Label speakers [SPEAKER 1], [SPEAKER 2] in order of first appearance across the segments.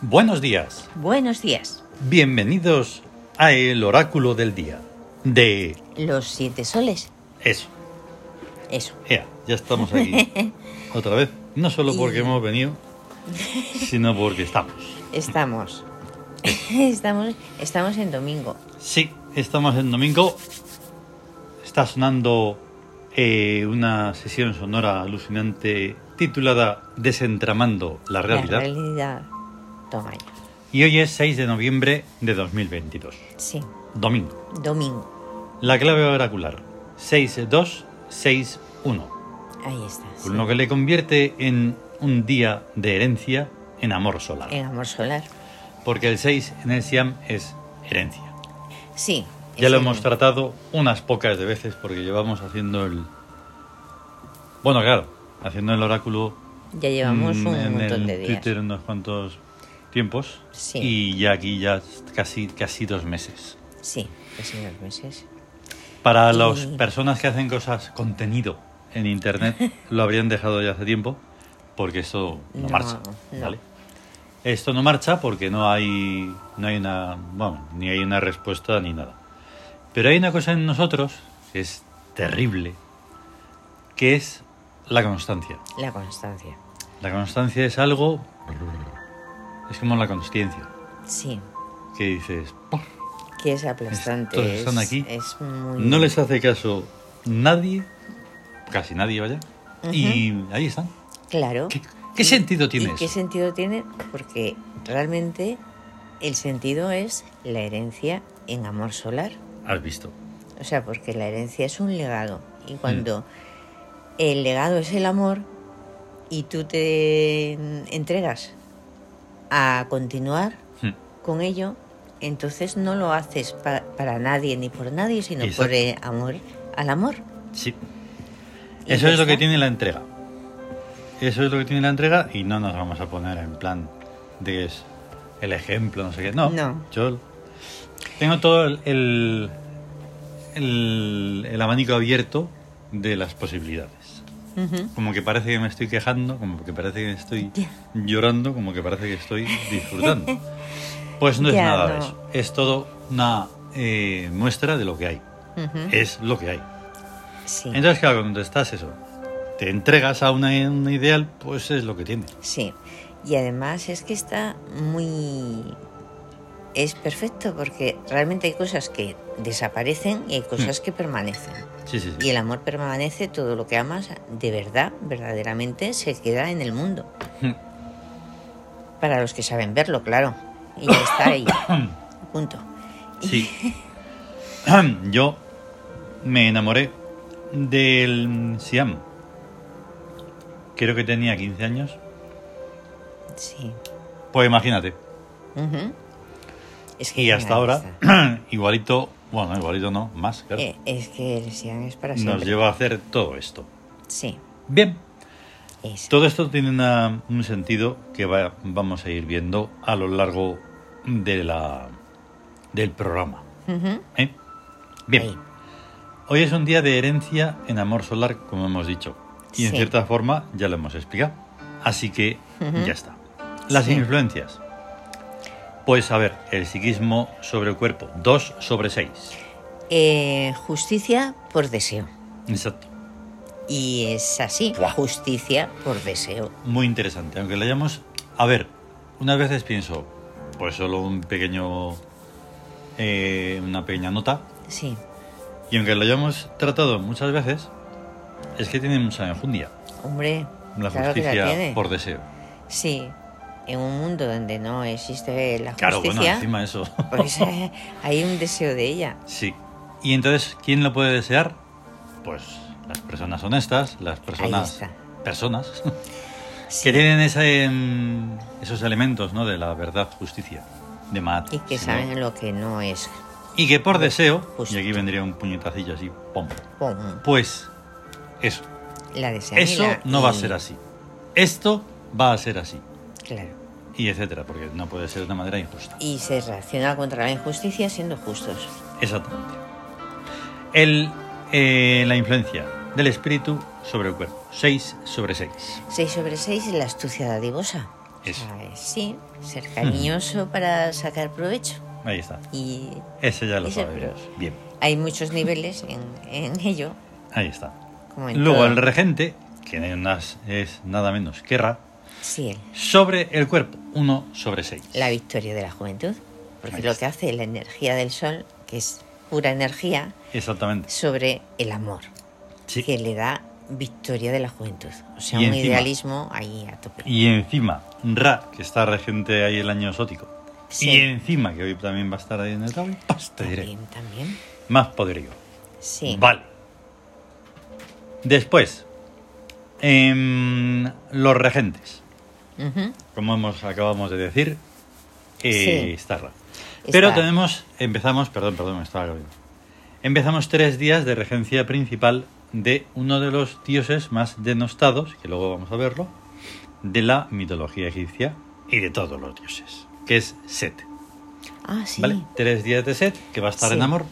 [SPEAKER 1] Buenos días.
[SPEAKER 2] Buenos días.
[SPEAKER 1] Bienvenidos a el oráculo del día. De
[SPEAKER 2] Los siete soles.
[SPEAKER 1] eso.
[SPEAKER 2] Eso.
[SPEAKER 1] Ea, ya estamos aquí. Otra vez. No solo porque hemos venido, sino porque estamos.
[SPEAKER 2] Estamos. estamos. Estamos en domingo.
[SPEAKER 1] Sí, estamos en domingo. Está sonando eh, una sesión sonora alucinante titulada Desentramando la
[SPEAKER 2] La
[SPEAKER 1] realidad.
[SPEAKER 2] realidad. Toma ya.
[SPEAKER 1] Y hoy es 6 de noviembre de 2022.
[SPEAKER 2] Sí.
[SPEAKER 1] Domingo.
[SPEAKER 2] Domingo.
[SPEAKER 1] La clave oracular 6261.
[SPEAKER 2] Ahí está. sí.
[SPEAKER 1] Pues Lo que le convierte en un día de herencia en amor solar.
[SPEAKER 2] En amor solar.
[SPEAKER 1] Porque el 6 en el Siam es herencia.
[SPEAKER 2] Sí.
[SPEAKER 1] Ya
[SPEAKER 2] es
[SPEAKER 1] lo
[SPEAKER 2] el-
[SPEAKER 1] hemos tratado unas pocas de veces porque llevamos haciendo el... Bueno, claro, haciendo el oráculo...
[SPEAKER 2] Ya llevamos
[SPEAKER 1] mm,
[SPEAKER 2] un
[SPEAKER 1] en
[SPEAKER 2] montón
[SPEAKER 1] el
[SPEAKER 2] de días.
[SPEAKER 1] Twitter unos cuantos tiempos.
[SPEAKER 2] Sí.
[SPEAKER 1] Y ya aquí ya casi, casi dos meses.
[SPEAKER 2] Sí. Casi dos meses.
[SPEAKER 1] Para las
[SPEAKER 2] Y-
[SPEAKER 1] personas que hacen cosas contenido en internet, lo habrían dejado ya hace tiempo, porque esto no,
[SPEAKER 2] No,
[SPEAKER 1] marcha.
[SPEAKER 2] no.
[SPEAKER 1] ¿vale? Esto no marcha porque no hay, no hay una. Bueno, ni hay una respuesta ni nada. Pero hay una cosa en nosotros que es terrible, que es la constancia.
[SPEAKER 2] La constancia.
[SPEAKER 1] La constancia es algo. Es como la consciencia,
[SPEAKER 2] Sí.
[SPEAKER 1] que dices,
[SPEAKER 2] Que es aplastante.
[SPEAKER 1] Estos están
[SPEAKER 2] es-
[SPEAKER 1] aquí.
[SPEAKER 2] Es muy.
[SPEAKER 1] No les hace caso nadie, casi nadie, vaya. Y ahí están.
[SPEAKER 2] Claro.
[SPEAKER 1] ¿Qué, qué sentido
[SPEAKER 2] ¿Y
[SPEAKER 1] tiene
[SPEAKER 2] qué
[SPEAKER 1] eso?
[SPEAKER 2] sentido tiene? Porque realmente el sentido es la herencia en amor solar.
[SPEAKER 1] Has visto.
[SPEAKER 2] O sea, porque la herencia es un legado.
[SPEAKER 1] Mm.
[SPEAKER 2] Y cuando el legado es el amor y tú te mm, entregas a continuar
[SPEAKER 1] Hmm.
[SPEAKER 2] con ello, entonces no lo haces pa- para nadie ni por nadie, sino por
[SPEAKER 1] Exacto.
[SPEAKER 2] el amor al amor.
[SPEAKER 1] Sí.
[SPEAKER 2] Y
[SPEAKER 1] Eso
[SPEAKER 2] ya
[SPEAKER 1] es lo que
[SPEAKER 2] está.
[SPEAKER 1] tiene la entrega. Eso es lo que tiene la entrega y no nos vamos a poner en plan de que es el ejemplo, no sé qué. No.
[SPEAKER 2] No.
[SPEAKER 1] Yo tengo todo el, el, el- el abanico abierto de las posibilidades.
[SPEAKER 2] Ujú.
[SPEAKER 1] Como que parece que me estoy quejando, como que parece que estoy
[SPEAKER 2] Ya.
[SPEAKER 1] llorando, como que parece que estoy disfrutando. Pues no es
[SPEAKER 2] Ya,
[SPEAKER 1] nada de
[SPEAKER 2] no.
[SPEAKER 1] eso. Es todo una eh, muestra de lo que hay.
[SPEAKER 2] Ujú.
[SPEAKER 1] Es lo que hay.
[SPEAKER 2] ¿Eh? Sí,
[SPEAKER 1] Entonces, claro, cuando estás eso, te entregas a una, un ideal, pues es lo que tiene.
[SPEAKER 2] sí. Y además es que está muy... Es perfecto porque realmente hay cosas que desaparecen y hay cosas
[SPEAKER 1] Mm.
[SPEAKER 2] que permanecen.
[SPEAKER 1] Sí, sí,
[SPEAKER 2] Y
[SPEAKER 1] sí.
[SPEAKER 2] el amor permanece, todo lo que amas de verdad, verdaderamente, se queda en el mundo.
[SPEAKER 1] Hmm.
[SPEAKER 2] Para los que saben verlo, claro. Y ya está ahí. Punto.
[SPEAKER 1] Sí. Yo me enamoré del Siam. Creo que tenía 15 años.
[SPEAKER 2] Sí.
[SPEAKER 1] Pues imagínate.
[SPEAKER 2] Ujú. Es
[SPEAKER 1] Y
[SPEAKER 2] ya
[SPEAKER 1] hasta ahora,
[SPEAKER 2] está.
[SPEAKER 1] igualito, bueno, igualito no, más, claro.
[SPEAKER 2] Eh, es que el Siam es para siempre.
[SPEAKER 1] nos lleva a hacer todo esto.
[SPEAKER 2] Sí,
[SPEAKER 1] Bien,
[SPEAKER 2] es.
[SPEAKER 1] todo esto tiene una- un sentido que va- vamos a ir viendo a lo largo de la, del programa.
[SPEAKER 2] Ujú.
[SPEAKER 1] ¿eh? Bien,
[SPEAKER 2] Ahí.
[SPEAKER 1] hoy es un día de herencia en amor solar, como hemos dicho. Y en
[SPEAKER 2] Sí.
[SPEAKER 1] cierta forma ya lo hemos explicado. Así que
[SPEAKER 2] Ujú.
[SPEAKER 1] ya está. Las
[SPEAKER 2] Sí.
[SPEAKER 1] influencias. Pues a ver, el psiquismo sobre el cuerpo, 2 sobre 6.
[SPEAKER 2] Eh, justicia por deseo.
[SPEAKER 1] Exacto.
[SPEAKER 2] Y es así,
[SPEAKER 1] Buah.
[SPEAKER 2] justicia por deseo.
[SPEAKER 1] muy interesante. Aunque le hayamos. A ver, unas veces pienso, pues solo un pequeño. eh, una pequeña nota.
[SPEAKER 2] Sí,
[SPEAKER 1] Y aunque lo hayamos tratado muchas veces, es que tiene mucha enjundia.
[SPEAKER 2] hombre,
[SPEAKER 1] La
[SPEAKER 2] claro que la
[SPEAKER 1] justicia
[SPEAKER 2] tiene.
[SPEAKER 1] por deseo.
[SPEAKER 2] Sí, en un mundo donde no existe la
[SPEAKER 1] Claro, bueno,
[SPEAKER 2] justicia,
[SPEAKER 1] encima eso.
[SPEAKER 2] pues eh, hay un deseo de ella.
[SPEAKER 1] sí. Y entonces, ¿quién lo puede desear? Pues las personas honestas, las personas.
[SPEAKER 2] está.
[SPEAKER 1] Personas
[SPEAKER 2] Sí,
[SPEAKER 1] que tienen ese, em, esos elementos ¿no? de la verdad, justicia, de mat.
[SPEAKER 2] y que
[SPEAKER 1] si no-
[SPEAKER 2] saben lo que no es.
[SPEAKER 1] Y que
[SPEAKER 2] Pues,
[SPEAKER 1] por deseo,
[SPEAKER 2] Justo.
[SPEAKER 1] y aquí vendría un puñetacillo así, pum.
[SPEAKER 2] pum,
[SPEAKER 1] Pues eso,
[SPEAKER 2] la desean y
[SPEAKER 1] eso
[SPEAKER 2] la-
[SPEAKER 1] no va a
[SPEAKER 2] y-
[SPEAKER 1] ser así. Esto va a ser así.
[SPEAKER 2] Claro.
[SPEAKER 1] Y etcétera, porque no puede ser de una manera injusta.
[SPEAKER 2] Y se reacciona contra la injusticia siendo justos.
[SPEAKER 1] Exactamente. El, eh, la influencia del espíritu sobre el cuerpo. 6 sobre 6.
[SPEAKER 2] 6 sobre 6 la astucia dadivosa.
[SPEAKER 1] Eso. Hmm.
[SPEAKER 2] O sea, sí, ser cariñoso para sacar provecho.
[SPEAKER 1] Ahí está.
[SPEAKER 2] Y
[SPEAKER 1] Ese ya lo
[SPEAKER 2] Ese,
[SPEAKER 1] sabemos. Bien.
[SPEAKER 2] hay muchos niveles en, en ello.
[SPEAKER 1] Ahí está.
[SPEAKER 2] Como en
[SPEAKER 1] Luego
[SPEAKER 2] todo.
[SPEAKER 1] el regente, que nas- es nada menos que Ra,
[SPEAKER 2] Sí,
[SPEAKER 1] sobre el cuerpo, 1 sobre 6.
[SPEAKER 2] la victoria de la juventud. Porque
[SPEAKER 1] Ahí
[SPEAKER 2] lo
[SPEAKER 1] está.
[SPEAKER 2] que hace la energía del sol, que es pura energía,
[SPEAKER 1] Exactamente.
[SPEAKER 2] sobre el amor,
[SPEAKER 1] Sí.
[SPEAKER 2] que le da victoria de la juventud. O sea,
[SPEAKER 1] Y
[SPEAKER 2] un
[SPEAKER 1] encima-
[SPEAKER 2] idealismo ahí a tope.
[SPEAKER 1] Y encima, Ra, que está regente ahí el año exótico.
[SPEAKER 2] Sí.
[SPEAKER 1] Y encima, que hoy también va a estar ahí en el tabla, te diré.
[SPEAKER 2] También, también.
[SPEAKER 1] Más poderío.
[SPEAKER 2] Sí.
[SPEAKER 1] Vale. Después, em, los regentes.
[SPEAKER 2] Ujú.
[SPEAKER 1] Como hemos, acabamos de decir, eh,
[SPEAKER 2] Sí.
[SPEAKER 1] está Ra. Pero
[SPEAKER 2] Está-
[SPEAKER 1] tenemos, empezamos, perdón, perdón, me estaba agobiando. Empezamos tres días de regencia principal de uno de los dioses más denostados, que luego vamos a verlo, de la mitología egipcia y de todos los dioses, que es Set.
[SPEAKER 2] Ah, sí.
[SPEAKER 1] ¿Vale? Tres días de Set, que va a estar
[SPEAKER 2] Sí.
[SPEAKER 1] en Amor.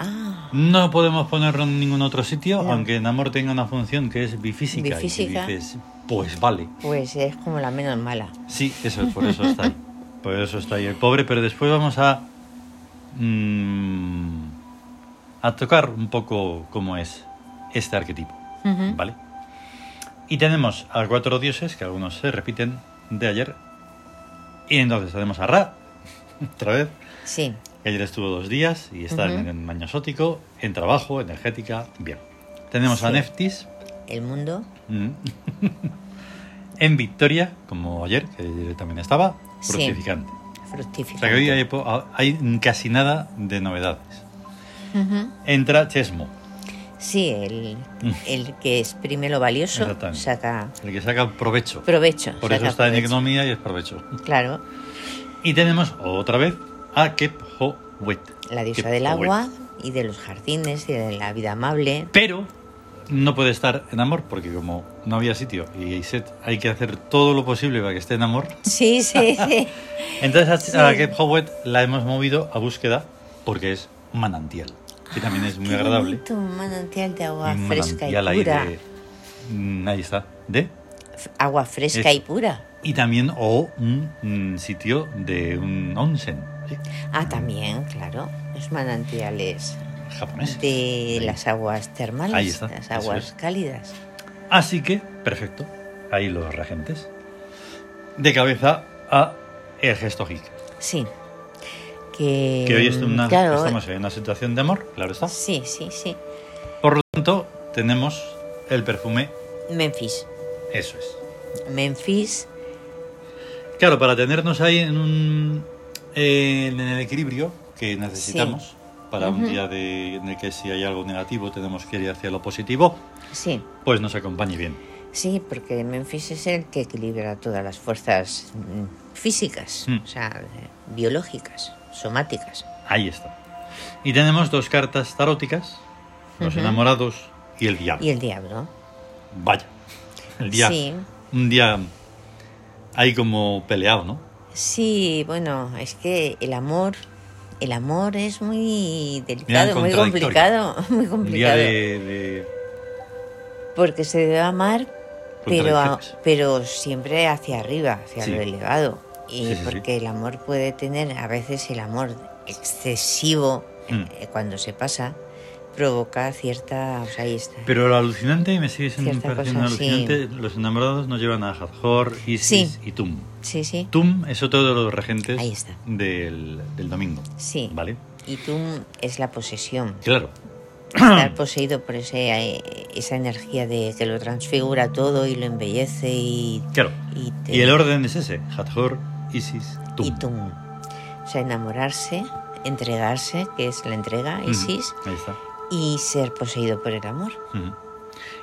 [SPEAKER 2] Ah,
[SPEAKER 1] No podemos ponerlo en ningún otro sitio,
[SPEAKER 2] No.
[SPEAKER 1] aunque en Amor tenga una función que es bifísica. y que
[SPEAKER 2] Bifísica.
[SPEAKER 1] dices, pues vale.
[SPEAKER 2] pues es como la menos mala.
[SPEAKER 1] Sí, eso es, por eso está ahí. Por eso está ahí el pobre, pero después vamos a. mm, a tocar un poco cómo es este arquetipo.
[SPEAKER 2] Ujú.
[SPEAKER 1] ¿Vale? Y tenemos a cuatro dioses, que algunos se repiten de ayer. Y entonces tenemos a Ra, otra vez,
[SPEAKER 2] Sí,
[SPEAKER 1] que ayer estuvo dos días y está en
[SPEAKER 2] Ujú.
[SPEAKER 1] el año exótico, en trabajo, energética, bien. Tenemos a
[SPEAKER 2] Sí.
[SPEAKER 1] Neftis,
[SPEAKER 2] el mundo.
[SPEAKER 1] Mm. en Victoria, como ayer, que también estaba,
[SPEAKER 2] Sí.
[SPEAKER 1] fructificante. O
[SPEAKER 2] fructífico.
[SPEAKER 1] sea que hoy hay, po- ah, hay casi nada de novedades.
[SPEAKER 2] Ujú.
[SPEAKER 1] Entra Chesmo,
[SPEAKER 2] Sí, el, el que exprime lo valioso
[SPEAKER 1] Mm. Exactamente.
[SPEAKER 2] saca
[SPEAKER 1] el que saca provecho.
[SPEAKER 2] provecho.
[SPEAKER 1] Por
[SPEAKER 2] saca
[SPEAKER 1] eso está en
[SPEAKER 2] provecho.
[SPEAKER 1] economía y es provecho.
[SPEAKER 2] Claro,
[SPEAKER 1] Y tenemos otra vez a Kephowet.
[SPEAKER 2] la diosa
[SPEAKER 1] Kephowet.
[SPEAKER 2] del agua y de los jardines y de la vida amable.
[SPEAKER 1] Pero no puede estar en amor porque como no había sitio y Iset hay que hacer todo lo posible para que esté en amor,
[SPEAKER 2] Sí, sí, sí.
[SPEAKER 1] Entonces a,
[SPEAKER 2] Sí.
[SPEAKER 1] a Cape Howard la hemos movido a búsqueda porque es manantial, que también es muy
[SPEAKER 2] Ah, Qué
[SPEAKER 1] agradable.
[SPEAKER 2] bonito, un manantial de agua
[SPEAKER 1] Un
[SPEAKER 2] fresca y
[SPEAKER 1] manantial ahí
[SPEAKER 2] pura.
[SPEAKER 1] de- mm, ahí está, de.
[SPEAKER 2] F- Agua fresca
[SPEAKER 1] Eso.
[SPEAKER 2] y pura.
[SPEAKER 1] Y también o un mm, sitio de un onsen, ¿sí?
[SPEAKER 2] Ah, también, claro. Los manantiales
[SPEAKER 1] japonés.
[SPEAKER 2] de
[SPEAKER 1] Ahí.
[SPEAKER 2] las aguas termales,
[SPEAKER 1] Ahí está,
[SPEAKER 2] las
[SPEAKER 1] eso
[SPEAKER 2] aguas
[SPEAKER 1] es.
[SPEAKER 2] cálidas.
[SPEAKER 1] Así que, perfecto, ahí los regentes. De cabeza a el gesto hic.
[SPEAKER 2] Sí. Que,
[SPEAKER 1] Que hoy es una-
[SPEAKER 2] claro,
[SPEAKER 1] estamos en una situación de amor, claro está.
[SPEAKER 2] Sí, sí, sí.
[SPEAKER 1] Por lo tanto, tenemos el perfume,
[SPEAKER 2] Memphis.
[SPEAKER 1] eso es.
[SPEAKER 2] Memphis,
[SPEAKER 1] Claro, para tenernos ahí en un eh, en el equilibrio que necesitamos para un
[SPEAKER 2] Ujú.
[SPEAKER 1] día de, en el que si hay algo negativo tenemos que ir hacia lo positivo,
[SPEAKER 2] sí.
[SPEAKER 1] pues nos acompañe bien.
[SPEAKER 2] Sí, porque Memphis es el que equilibra todas las fuerzas mm, físicas,
[SPEAKER 1] Mm.
[SPEAKER 2] o sea, eh, biológicas, somáticas.
[SPEAKER 1] Ahí está. Y tenemos dos cartas taróticas, los
[SPEAKER 2] Ujú.
[SPEAKER 1] enamorados y el diablo.
[SPEAKER 2] Y el diablo.
[SPEAKER 1] Vaya, el día,
[SPEAKER 2] Sí,
[SPEAKER 1] un día ahí como peleado, ¿no?
[SPEAKER 2] sí, bueno, es que el amor, el amor es muy
[SPEAKER 1] Mira,
[SPEAKER 2] delicado, muy
[SPEAKER 1] contradictorio.
[SPEAKER 2] complicado, muy
[SPEAKER 1] Un día
[SPEAKER 2] complicado.
[SPEAKER 1] de, de-
[SPEAKER 2] Porque se debe amar, pero, a-
[SPEAKER 1] contradicciones.
[SPEAKER 2] pero siempre hacia arriba, hacia
[SPEAKER 1] Sí.
[SPEAKER 2] lo elevado. Y
[SPEAKER 1] Sí, sí, sí.
[SPEAKER 2] porque el amor puede tener, a veces el amor excesivo,
[SPEAKER 1] Mm.
[SPEAKER 2] eh, cuando se pasa, provoca cierta... O sea, ahí está.
[SPEAKER 1] Pero lo alucinante, y me sigue siendo
[SPEAKER 2] Cierta
[SPEAKER 1] pareciendo
[SPEAKER 2] cosa, sí.
[SPEAKER 1] alucinante, los enamorados nos llevan a Hathor, Isis
[SPEAKER 2] Sí.
[SPEAKER 1] y Tum.
[SPEAKER 2] sí, sí,
[SPEAKER 1] Tum es otro de los regentes
[SPEAKER 2] Ahí está.
[SPEAKER 1] Del, del domingo.
[SPEAKER 2] sí.
[SPEAKER 1] ¿Vale?
[SPEAKER 2] Y tú es la posesión.
[SPEAKER 1] Claro. Ah.
[SPEAKER 2] Estar poseído por ese, eh, esa energía de que lo transfigura todo y lo embellece y...
[SPEAKER 1] Claro.
[SPEAKER 2] Y, te-
[SPEAKER 1] Y el orden es ese: Hathor, Isis, Tum.
[SPEAKER 2] y tum. O sea, enamorarse, entregarse, que es la entrega,
[SPEAKER 1] Ujú,
[SPEAKER 2] Isis.
[SPEAKER 1] Ahí está.
[SPEAKER 2] y ser poseído por el amor
[SPEAKER 1] Ujú.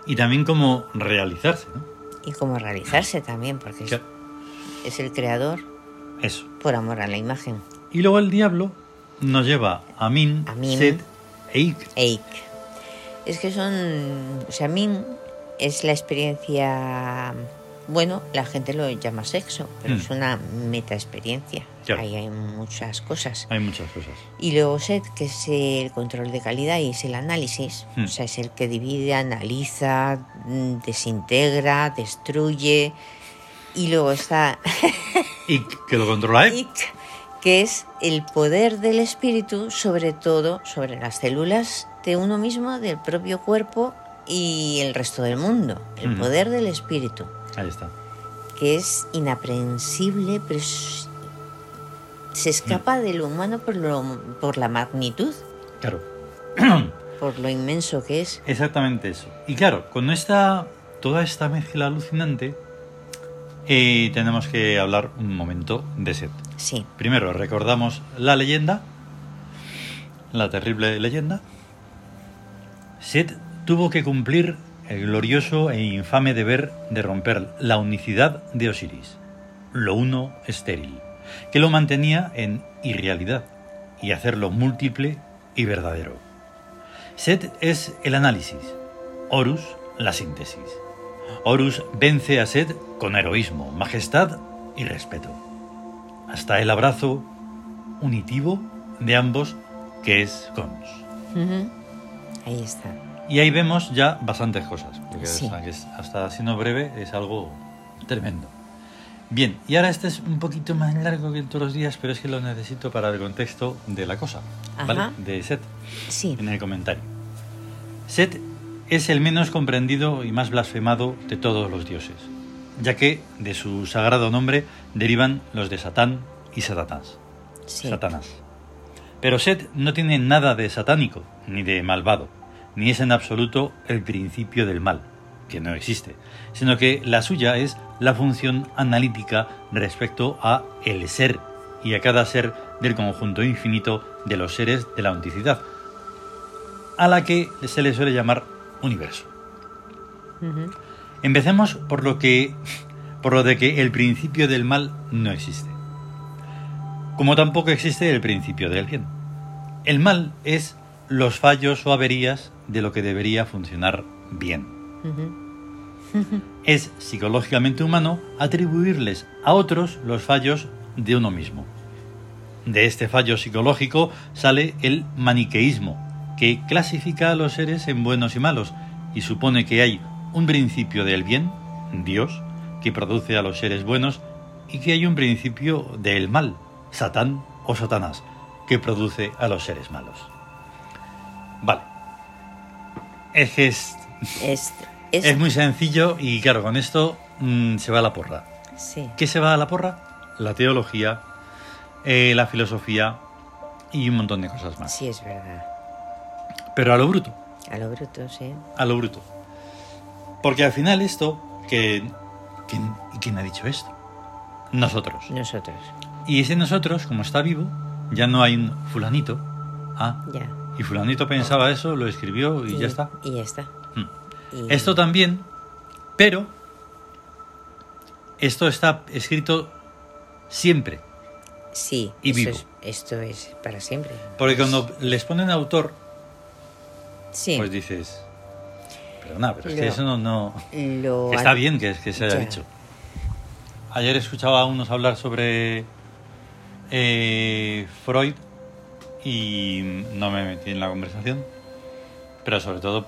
[SPEAKER 1] Y también como realizarse, ¿no?
[SPEAKER 2] y cómo realizarse también, porque es,
[SPEAKER 1] Claro.
[SPEAKER 2] es el creador
[SPEAKER 1] Eso.
[SPEAKER 2] por amor a la imagen.
[SPEAKER 1] Y luego el diablo nos lleva a Min,
[SPEAKER 2] A Min.
[SPEAKER 1] Set e Ik.
[SPEAKER 2] Eik. Es que son. O sea, Min es la experiencia. Bueno, la gente lo llama sexo, pero
[SPEAKER 1] Mm.
[SPEAKER 2] es una meta experiencia.
[SPEAKER 1] Claro.
[SPEAKER 2] Ahí hay muchas cosas.
[SPEAKER 1] Hay muchas cosas.
[SPEAKER 2] Y luego SET, que es el control de calidad y es el análisis.
[SPEAKER 1] Mm.
[SPEAKER 2] O sea, es el que divide, analiza, mm, desintegra, destruye, Y luego está
[SPEAKER 1] Y que lo controláis.
[SPEAKER 2] It, que es el poder del espíritu, sobre todo sobre las células de uno mismo, del propio cuerpo y el resto del mundo. El
[SPEAKER 1] Mm.
[SPEAKER 2] poder del espíritu,
[SPEAKER 1] Ahí está.
[SPEAKER 2] que es inaprehensible, pero es- se escapa de lo humano por, lo, por la magnitud,
[SPEAKER 1] Claro.
[SPEAKER 2] por lo inmenso que es.
[SPEAKER 1] Exactamente eso. Y claro, con esta, toda esta mezcla alucinante, eh, tenemos que hablar un momento de Set.
[SPEAKER 2] Sí,
[SPEAKER 1] Primero recordamos la leyenda, la terrible leyenda. Set tuvo que cumplir el glorioso e infame deber de romper la unicidad de Osiris, lo uno estéril, que lo mantenía en irrealidad, y hacerlo múltiple y verdadero. Set es el análisis, Horus la síntesis. Horus vence a Set con heroísmo, majestad y respeto hasta el abrazo unitivo de ambos, que es Cons.
[SPEAKER 2] Ujú. ahí está.
[SPEAKER 1] Y ahí vemos ya bastantes cosas, porque
[SPEAKER 2] Sí.
[SPEAKER 1] hasta, que es- hasta siendo breve es algo tremendo. Bien, y ahora este es un poquito más largo que todos los días, pero es que lo necesito para el contexto de la cosa, ¿vale?
[SPEAKER 2] Ajá.
[SPEAKER 1] De Set,
[SPEAKER 2] Sí,
[SPEAKER 1] en el comentario. Set es el menos comprendido y más blasfemado de todos los dioses, ya que de su sagrado nombre derivan los de Satán y Satanás.
[SPEAKER 2] sí.
[SPEAKER 1] Satanás. Pero Set no tiene nada de satánico, ni de malvado, ni es en absoluto el principio del mal, que no existe, sino que la suya es la función analítica respecto a el ser y a cada ser del conjunto infinito de los seres de la unicidad, a la que se le suele llamar universo.
[SPEAKER 2] Ujú.
[SPEAKER 1] Empecemos por lo que por lo de que el principio del mal no existe. Como tampoco existe el principio del bien. El mal es los fallos o averías de lo que debería funcionar bien.
[SPEAKER 2] Ujú.
[SPEAKER 1] Es psicológicamente humano atribuirles a otros los fallos de uno mismo. De este fallo psicológico sale el maniqueísmo, que clasifica a los seres en buenos y malos y supone que hay un principio del bien, Dios, que produce a los seres buenos y que hay un principio del mal, Satán o Satanás, que produce a los seres malos. Vale. Es que es
[SPEAKER 2] Es, es-
[SPEAKER 1] es muy sencillo y claro, con esto mm, se va a la porra.
[SPEAKER 2] sí.
[SPEAKER 1] ¿Qué se va a la porra? La teología, eh, la filosofía y un montón de cosas más.
[SPEAKER 2] Sí, es verdad.
[SPEAKER 1] Pero a lo bruto,
[SPEAKER 2] A lo ¿eh? bruto, sí.
[SPEAKER 1] a lo bruto. Porque al final esto, que, ¿quién, y quién ha dicho esto? Nosotros.
[SPEAKER 2] Nosotros,
[SPEAKER 1] Y ese nosotros, como está vivo, ya no hay un fulanito. Ah,
[SPEAKER 2] ya.
[SPEAKER 1] y fulanito pensaba eso, lo escribió y ya está.
[SPEAKER 2] Y ya está.
[SPEAKER 1] Mm.
[SPEAKER 2] Y-
[SPEAKER 1] Esto también, pero esto está escrito siempre.
[SPEAKER 2] sí,
[SPEAKER 1] y
[SPEAKER 2] eso
[SPEAKER 1] vivo.
[SPEAKER 2] es- esto es para siempre.
[SPEAKER 1] Porque cuando les ponen autor,
[SPEAKER 2] Sí,
[SPEAKER 1] pues dices, perdona, pero es que
[SPEAKER 2] Lo-
[SPEAKER 1] eso no... no
[SPEAKER 2] lo
[SPEAKER 1] que está
[SPEAKER 2] ha-
[SPEAKER 1] bien que, que se haya
[SPEAKER 2] Oh, Ya.
[SPEAKER 1] dicho. Ayer escuchaba a unos hablar sobre eh, Freud y no me metí en la conversación, pero sobre todo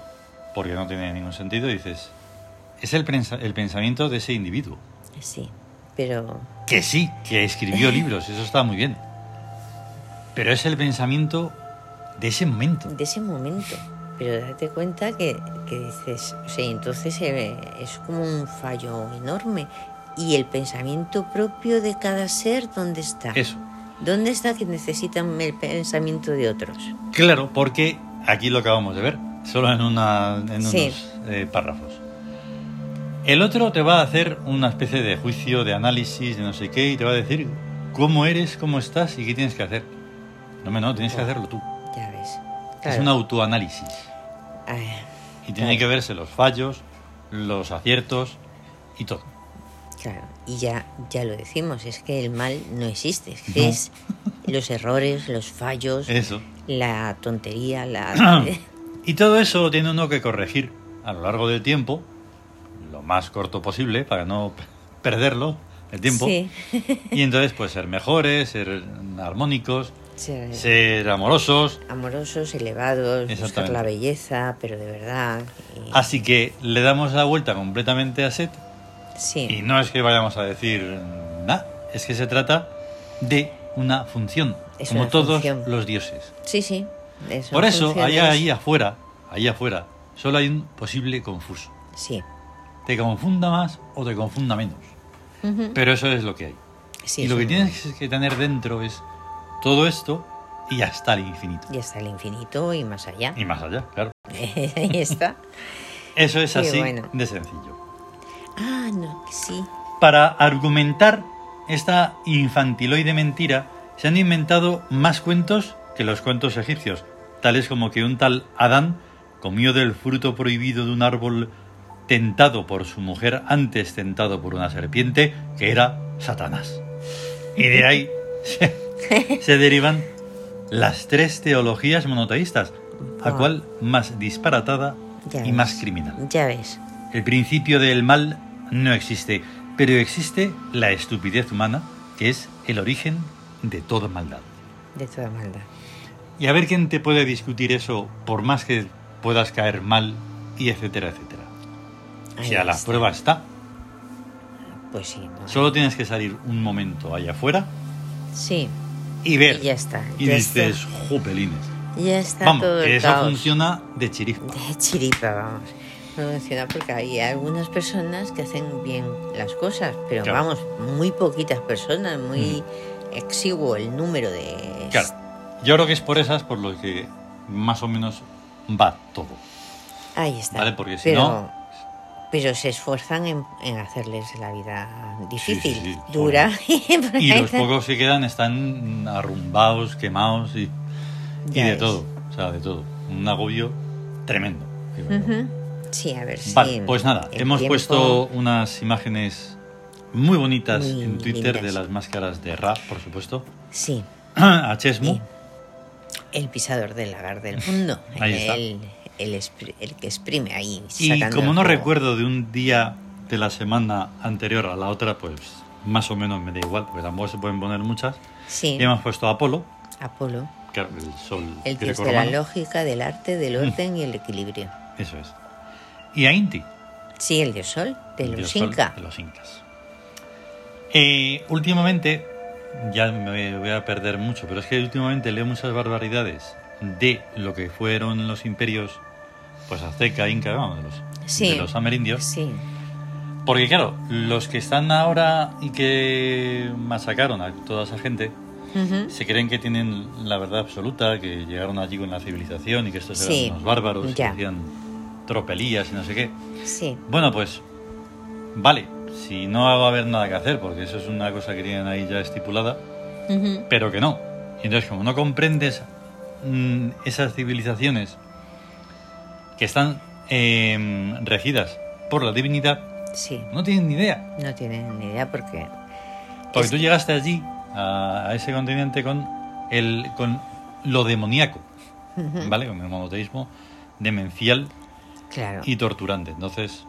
[SPEAKER 1] porque no tiene ningún sentido, dices, es el, prensa- el pensamiento de ese individuo.
[SPEAKER 2] Sí, pero
[SPEAKER 1] Que sí, que escribió
[SPEAKER 2] Eh.
[SPEAKER 1] libros, eso está muy bien. Pero es el pensamiento de ese momento.
[SPEAKER 2] de ese momento. Pero date cuenta que, que dices, o sea, entonces eh, es como un fallo enorme. Y el pensamiento propio de cada ser, ¿dónde está?
[SPEAKER 1] Eso.
[SPEAKER 2] ¿Dónde está que necesitan el pensamiento de otros?
[SPEAKER 1] Claro, porque aquí lo acabamos de ver, solo en, una, en unos
[SPEAKER 2] Sí.
[SPEAKER 1] eh, párrafos. El otro te va a hacer una especie de juicio, de análisis, de no sé qué, y te va a decir cómo eres, cómo estás y qué tienes que hacer. No, hombre, no, tienes que hacerlo tú.
[SPEAKER 2] Ya ves.
[SPEAKER 1] Es
[SPEAKER 2] Claro.
[SPEAKER 1] un autoanálisis.
[SPEAKER 2] Ah,
[SPEAKER 1] Y tiene
[SPEAKER 2] Claro.
[SPEAKER 1] que verse los fallos, los aciertos y todo.
[SPEAKER 2] Claro, y ya, ya lo decimos, es que el mal no existe, es que
[SPEAKER 1] No. Eh.
[SPEAKER 2] es los errores, los fallos,
[SPEAKER 1] Eso.
[SPEAKER 2] la tontería, la...
[SPEAKER 1] Y todo eso lo tiene uno que corregir a lo largo del tiempo, lo más corto posible, para no p- perderlo, el tiempo.
[SPEAKER 2] Sí,
[SPEAKER 1] Y entonces, pues ser mejores, ser armónicos,
[SPEAKER 2] ser
[SPEAKER 1] ser amorosos.
[SPEAKER 2] amorosos, elevados, buscar
[SPEAKER 1] Exactamente. Ah,
[SPEAKER 2] la belleza, pero de verdad... y-
[SPEAKER 1] Así que le damos la vuelta completamente a Set
[SPEAKER 2] Sí.
[SPEAKER 1] Y no es que vayamos a decir nada, es que se trata de una función,
[SPEAKER 2] Es
[SPEAKER 1] como
[SPEAKER 2] una
[SPEAKER 1] todos
[SPEAKER 2] función.
[SPEAKER 1] los dioses.
[SPEAKER 2] Sí, sí. es
[SPEAKER 1] Por
[SPEAKER 2] una
[SPEAKER 1] eso,
[SPEAKER 2] función
[SPEAKER 1] allá
[SPEAKER 2] de-
[SPEAKER 1] ahí afuera, allá afuera, solo hay un posible confuso.
[SPEAKER 2] Sí.
[SPEAKER 1] Te confunda más o te confunda menos.
[SPEAKER 2] Ujú.
[SPEAKER 1] Pero eso es lo que hay.
[SPEAKER 2] Sí,
[SPEAKER 1] y lo
[SPEAKER 2] es
[SPEAKER 1] que
[SPEAKER 2] un-
[SPEAKER 1] tienes que tener dentro es todo esto y hasta el infinito.
[SPEAKER 2] Y hasta el infinito y más allá.
[SPEAKER 1] Y más allá, claro.
[SPEAKER 2] ahí está.
[SPEAKER 1] Eso es
[SPEAKER 2] Sí,
[SPEAKER 1] así
[SPEAKER 2] bueno.
[SPEAKER 1] de sencillo.
[SPEAKER 2] Ah, no, sí.
[SPEAKER 1] Para argumentar esta infantiloide mentira, se han inventado más cuentos que los cuentos egipcios, tales como que un tal Adán comió del fruto prohibido de un árbol tentado por su mujer antes tentado por una serpiente, que era Satanás. Y de ahí se, se derivan las tres teologías monoteístas, a
[SPEAKER 2] Buah.
[SPEAKER 1] cual más disparatada
[SPEAKER 2] Ah. Ya
[SPEAKER 1] y
[SPEAKER 2] ves.
[SPEAKER 1] más criminal.
[SPEAKER 2] Ya ves.
[SPEAKER 1] El principio del mal no existe, pero existe la estupidez humana, que es el origen de toda maldad.
[SPEAKER 2] De toda maldad.
[SPEAKER 1] Y a ver quién te puede discutir eso, por más que puedas caer mal, y etcétera, etcétera. O
[SPEAKER 2] Ahí
[SPEAKER 1] sea, la
[SPEAKER 2] está.
[SPEAKER 1] prueba está.
[SPEAKER 2] Pues sí. no.
[SPEAKER 1] Solo tienes que salir un momento allá afuera
[SPEAKER 2] Sí.
[SPEAKER 1] y ver.
[SPEAKER 2] Y ya está.
[SPEAKER 1] Y
[SPEAKER 2] ya
[SPEAKER 1] dices, jopelines.
[SPEAKER 2] está. Ya está
[SPEAKER 1] Vamos,
[SPEAKER 2] todo el
[SPEAKER 1] que eso
[SPEAKER 2] caos.
[SPEAKER 1] funciona de chiripa.
[SPEAKER 2] De chiripa, vamos. No funciona porque hay algunas personas que hacen bien las cosas, pero
[SPEAKER 1] Claro. Mm.
[SPEAKER 2] vamos, muy poquitas personas, muy exiguo el número de...
[SPEAKER 1] Claro. Yo creo que es por esas por lo que más o menos va todo.
[SPEAKER 2] Ahí está.
[SPEAKER 1] Vale, porque si no-
[SPEAKER 2] Pero se esfuerzan en, en hacerles la vida
[SPEAKER 1] sí,
[SPEAKER 2] difícil,
[SPEAKER 1] sí,
[SPEAKER 2] dura.
[SPEAKER 1] Y
[SPEAKER 2] Ahí
[SPEAKER 1] los
[SPEAKER 2] está.
[SPEAKER 1] pocos que quedan están arrumbados, quemados y, y
[SPEAKER 2] Ya
[SPEAKER 1] de
[SPEAKER 2] ves.
[SPEAKER 1] todo. O sea, de todo. Un agobio tremendo. creo yo.
[SPEAKER 2] Ujú. Sí, a ver si...
[SPEAKER 1] Vale, pues nada,
[SPEAKER 2] el
[SPEAKER 1] hemos
[SPEAKER 2] tiempo-
[SPEAKER 1] puesto unas imágenes muy bonitas
[SPEAKER 2] Muy
[SPEAKER 1] en Twitter
[SPEAKER 2] lindas.
[SPEAKER 1] de las máscaras de Ra, por supuesto.
[SPEAKER 2] Sí,
[SPEAKER 1] A Chesmu.
[SPEAKER 2] Sí. el pisador del lagar del mundo.
[SPEAKER 1] Ahí está.
[SPEAKER 2] El, el espr- el que exprime ahí.
[SPEAKER 1] Y
[SPEAKER 2] sacando
[SPEAKER 1] como
[SPEAKER 2] el
[SPEAKER 1] no
[SPEAKER 2] jugo.
[SPEAKER 1] recuerdo de un día de la semana anterior a la otra, pues más o menos me da igual, porque tampoco se pueden poner muchas.
[SPEAKER 2] Sí,
[SPEAKER 1] Y hemos puesto Apolo,
[SPEAKER 2] Apolo.
[SPEAKER 1] claro, el sol
[SPEAKER 2] El dios de la
[SPEAKER 1] grecorromano.
[SPEAKER 2] lógica, del arte, del
[SPEAKER 1] Mm.
[SPEAKER 2] orden y el equilibrio.
[SPEAKER 1] Eso es. Y a Inti.
[SPEAKER 2] Sí, el dios sol, de
[SPEAKER 1] Dios
[SPEAKER 2] los
[SPEAKER 1] sol
[SPEAKER 2] incas.
[SPEAKER 1] de los incas. Eh, últimamente, ya me voy a perder mucho, pero es que últimamente leo muchas barbaridades de lo que fueron los imperios, pues azteca, inca, vamos, de los,
[SPEAKER 2] Sí.
[SPEAKER 1] de los amerindios.
[SPEAKER 2] Sí,
[SPEAKER 1] Porque claro, los que están ahora y que masacaron a toda esa gente,
[SPEAKER 2] Ujú.
[SPEAKER 1] se creen que tienen la verdad absoluta, que llegaron allí con la civilización y que estos eran
[SPEAKER 2] Sí,
[SPEAKER 1] unos bárbaros, que
[SPEAKER 2] ya.
[SPEAKER 1] hacían tropelías y no sé qué.
[SPEAKER 2] sí,
[SPEAKER 1] Bueno, pues vale, si no va a haber nada que hacer, porque eso es una cosa que tienen ahí ya estipulada,
[SPEAKER 2] Ujú.
[SPEAKER 1] pero que no. Y entonces, como no comprendes mm, esas civilizaciones que están eh, regidas por la divinidad,
[SPEAKER 2] sí.
[SPEAKER 1] no tienen ni idea.
[SPEAKER 2] No tienen ni idea porque...
[SPEAKER 1] Porque
[SPEAKER 2] Es-
[SPEAKER 1] tú llegaste allí, a, a ese continente, con, el, con lo demoníaco,
[SPEAKER 2] Ujú.
[SPEAKER 1] ¿vale? Con el monoteísmo demencial
[SPEAKER 2] Claro.
[SPEAKER 1] y torturante. Entonces,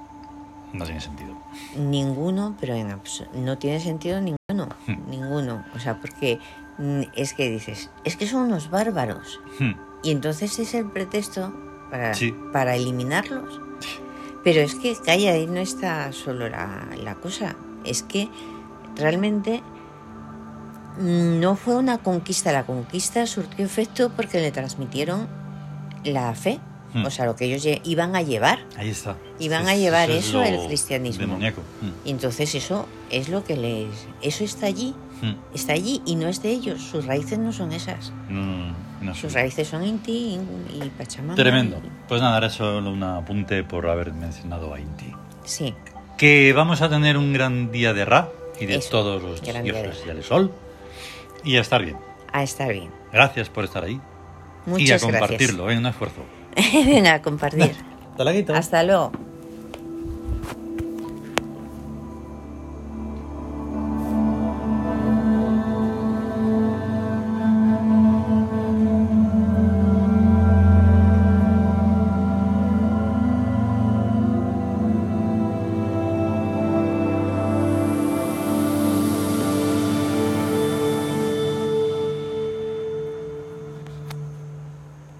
[SPEAKER 1] no tiene sentido.
[SPEAKER 2] Ninguno, pero en abso- no tiene sentido ninguno.
[SPEAKER 1] Hmm.
[SPEAKER 2] Ninguno. O sea, porque mm, es que dices, es que son unos bárbaros.
[SPEAKER 1] Hmm.
[SPEAKER 2] Y entonces es el pretexto para,
[SPEAKER 1] Sí.
[SPEAKER 2] para eliminarlos. Pero es que, calla, ahí no está solo la, la cosa. Es que realmente mm, no fue una conquista. La conquista surtió efecto porque le transmitieron la fe.
[SPEAKER 1] Hmm.
[SPEAKER 2] O sea, lo que ellos lle- iban a llevar.
[SPEAKER 1] Ahí está.
[SPEAKER 2] Y van a
[SPEAKER 1] Es-
[SPEAKER 2] llevar
[SPEAKER 1] es
[SPEAKER 2] eso
[SPEAKER 1] lo
[SPEAKER 2] el cristianismo.
[SPEAKER 1] Demoníaco. Mm,
[SPEAKER 2] Y entonces eso es lo que les... Eso está allí,
[SPEAKER 1] mm.
[SPEAKER 2] está allí y no es de ellos. Sus raíces no son esas.
[SPEAKER 1] No, no sé.
[SPEAKER 2] Sus raíces son Inti y Pachamama.
[SPEAKER 1] Tremendo.
[SPEAKER 2] y-
[SPEAKER 1] Pues nada, era solo un apunte por haber mencionado a Inti.
[SPEAKER 2] Sí,
[SPEAKER 1] Que vamos a tener un gran día de Ra y de
[SPEAKER 2] Eso,
[SPEAKER 1] todos los
[SPEAKER 2] gran día de
[SPEAKER 1] dioses
[SPEAKER 2] Ra.
[SPEAKER 1] del sol. Y a estar bien.
[SPEAKER 2] a estar bien.
[SPEAKER 1] Gracias por estar ahí. y a
[SPEAKER 2] Muchas gracias.
[SPEAKER 1] compartirlo, ¿eh? un esfuerzo.
[SPEAKER 2] Venga, a compartir.
[SPEAKER 1] Hasta luego.
[SPEAKER 2] Hasta luego.